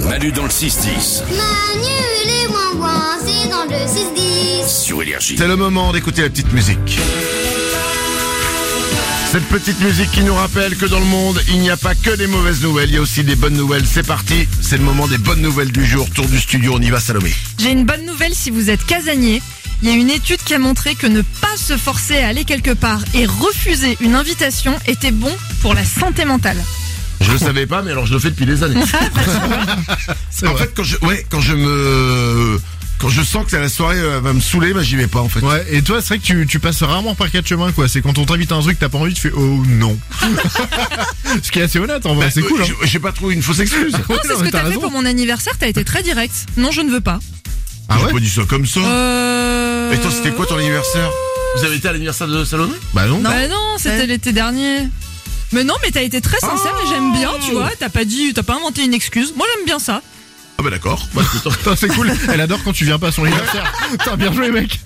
Manu dans le 6-10. Manu les moins c'est dans le 6-10. Sur Énergie. C'est le moment d'écouter la petite musique. Cette petite musique qui nous rappelle que dans le monde, il n'y a pas que des mauvaises nouvelles, il y a aussi des bonnes nouvelles. C'est parti, c'est le moment des bonnes nouvelles du jour. Tour du studio, on y va Salomé. J'ai une bonne nouvelle si vous êtes casanier. Il y a une étude qui a montré que ne pas se forcer à aller quelque part et refuser une invitation était bon pour la santé mentale. Je le savais pas, mais alors je le fais depuis des années. en vrai. fait, quand je, ouais, quand je me, quand je sens que la soirée euh, va me saouler, bah j'y vais pas en fait. Ouais, et toi, c'est vrai que tu, tu passes rarement par quatre chemins, quoi. C'est quand on t'invite à un truc, t'as pas envie, tu fais oh non. Ce qui est assez honnête, en vrai, c'est Euh, cool. Hein. je- J'ai pas trouvé une fausse excuse. Non, c'est ce que t'as fait pour mon anniversaire, t'as été très direct. Non, je ne veux pas. Ah J'ai ouais pas dit ça comme ça. Euh... Et toi, c'était quoi ton anniversaire Vous avez été à l'anniversaire de Salomé Bah non. Bah non, c'était Ouais. l'été dernier. Mais non, mais t'as été très sincère et j'aime bien, Oh. tu vois. T'as pas dit, t'as pas inventé une excuse. Moi, j'aime bien ça. Ah bah d'accord. Putain, hein. c'est cool. Elle adore quand tu viens pas à son anniversaire. Putain, bien joué, mec.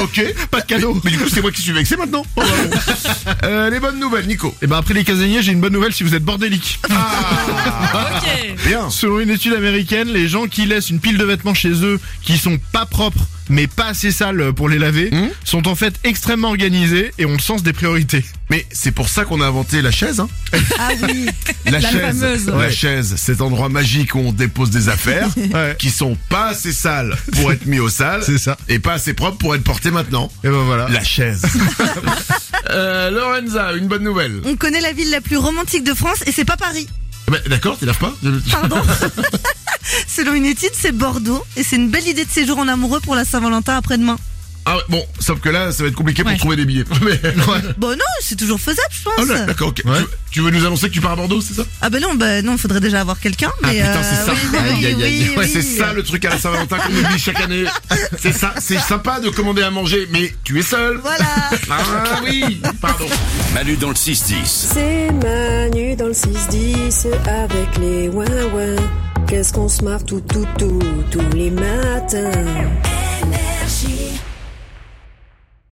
ok. Pas de cadeau. Mais du coup, c'est moi qui suis vexé maintenant. Oh, bah, bon. Euh, les bonnes nouvelles, Nico. Et bah après les casaniers, j'ai une bonne nouvelle si vous êtes bordélique. Ah. Ok. Bien. Selon une étude américaine, les gens qui laissent une pile de vêtements chez eux qui sont pas propres mais pas assez sales pour les laver Hmm sont en fait extrêmement organisés et ont le sens des priorités. Mais c'est pour ça qu'on a inventé la chaise, hein. Ah oui. La, La chaise. fameuse. La Ouais. chaise, cet endroit magique où on dépose des affaires Ouais. qui sont pas assez sales pour être mis au sale C'est ça. et pas assez propres pour être portées maintenant. Et ben voilà. La chaise. euh, Lorenza, une bonne nouvelle. On connaît la ville la plus romantique de France et c'est pas Paris. Bah, d'accord, tu laves pas Pardon. Selon une étude, c'est Bordeaux et c'est une belle idée de séjour en amoureux pour la Saint-Valentin après-demain. Ah ouais, bon, sauf que là, ça va être compliqué pour Ouais. trouver des billets. Mais- Bon Bah non, c'est toujours faisable, je pense. Ah, là, d'accord, ok. Ouais. Tu, tu veux nous annoncer que tu pars à Bordeaux, c'est ça ah ben non, bah non, faudrait déjà avoir quelqu'un. Ah mais, putain, euh, c'est ça. oui, oui, Aïe, aïe, aïe. oui, Ouais, oui. c'est ça le truc à la Saint-Valentin qu'on oublie chaque année. C'est ça, c'est sympa de commander à manger, mais tu es seul. Voilà. Ah oui, pardon. Manu dans le 6-10. C'est Manu dans le 6-10 avec les ouin-ouin. Qu'est-ce qu'on se marre tout, tout, tout, tous les matins.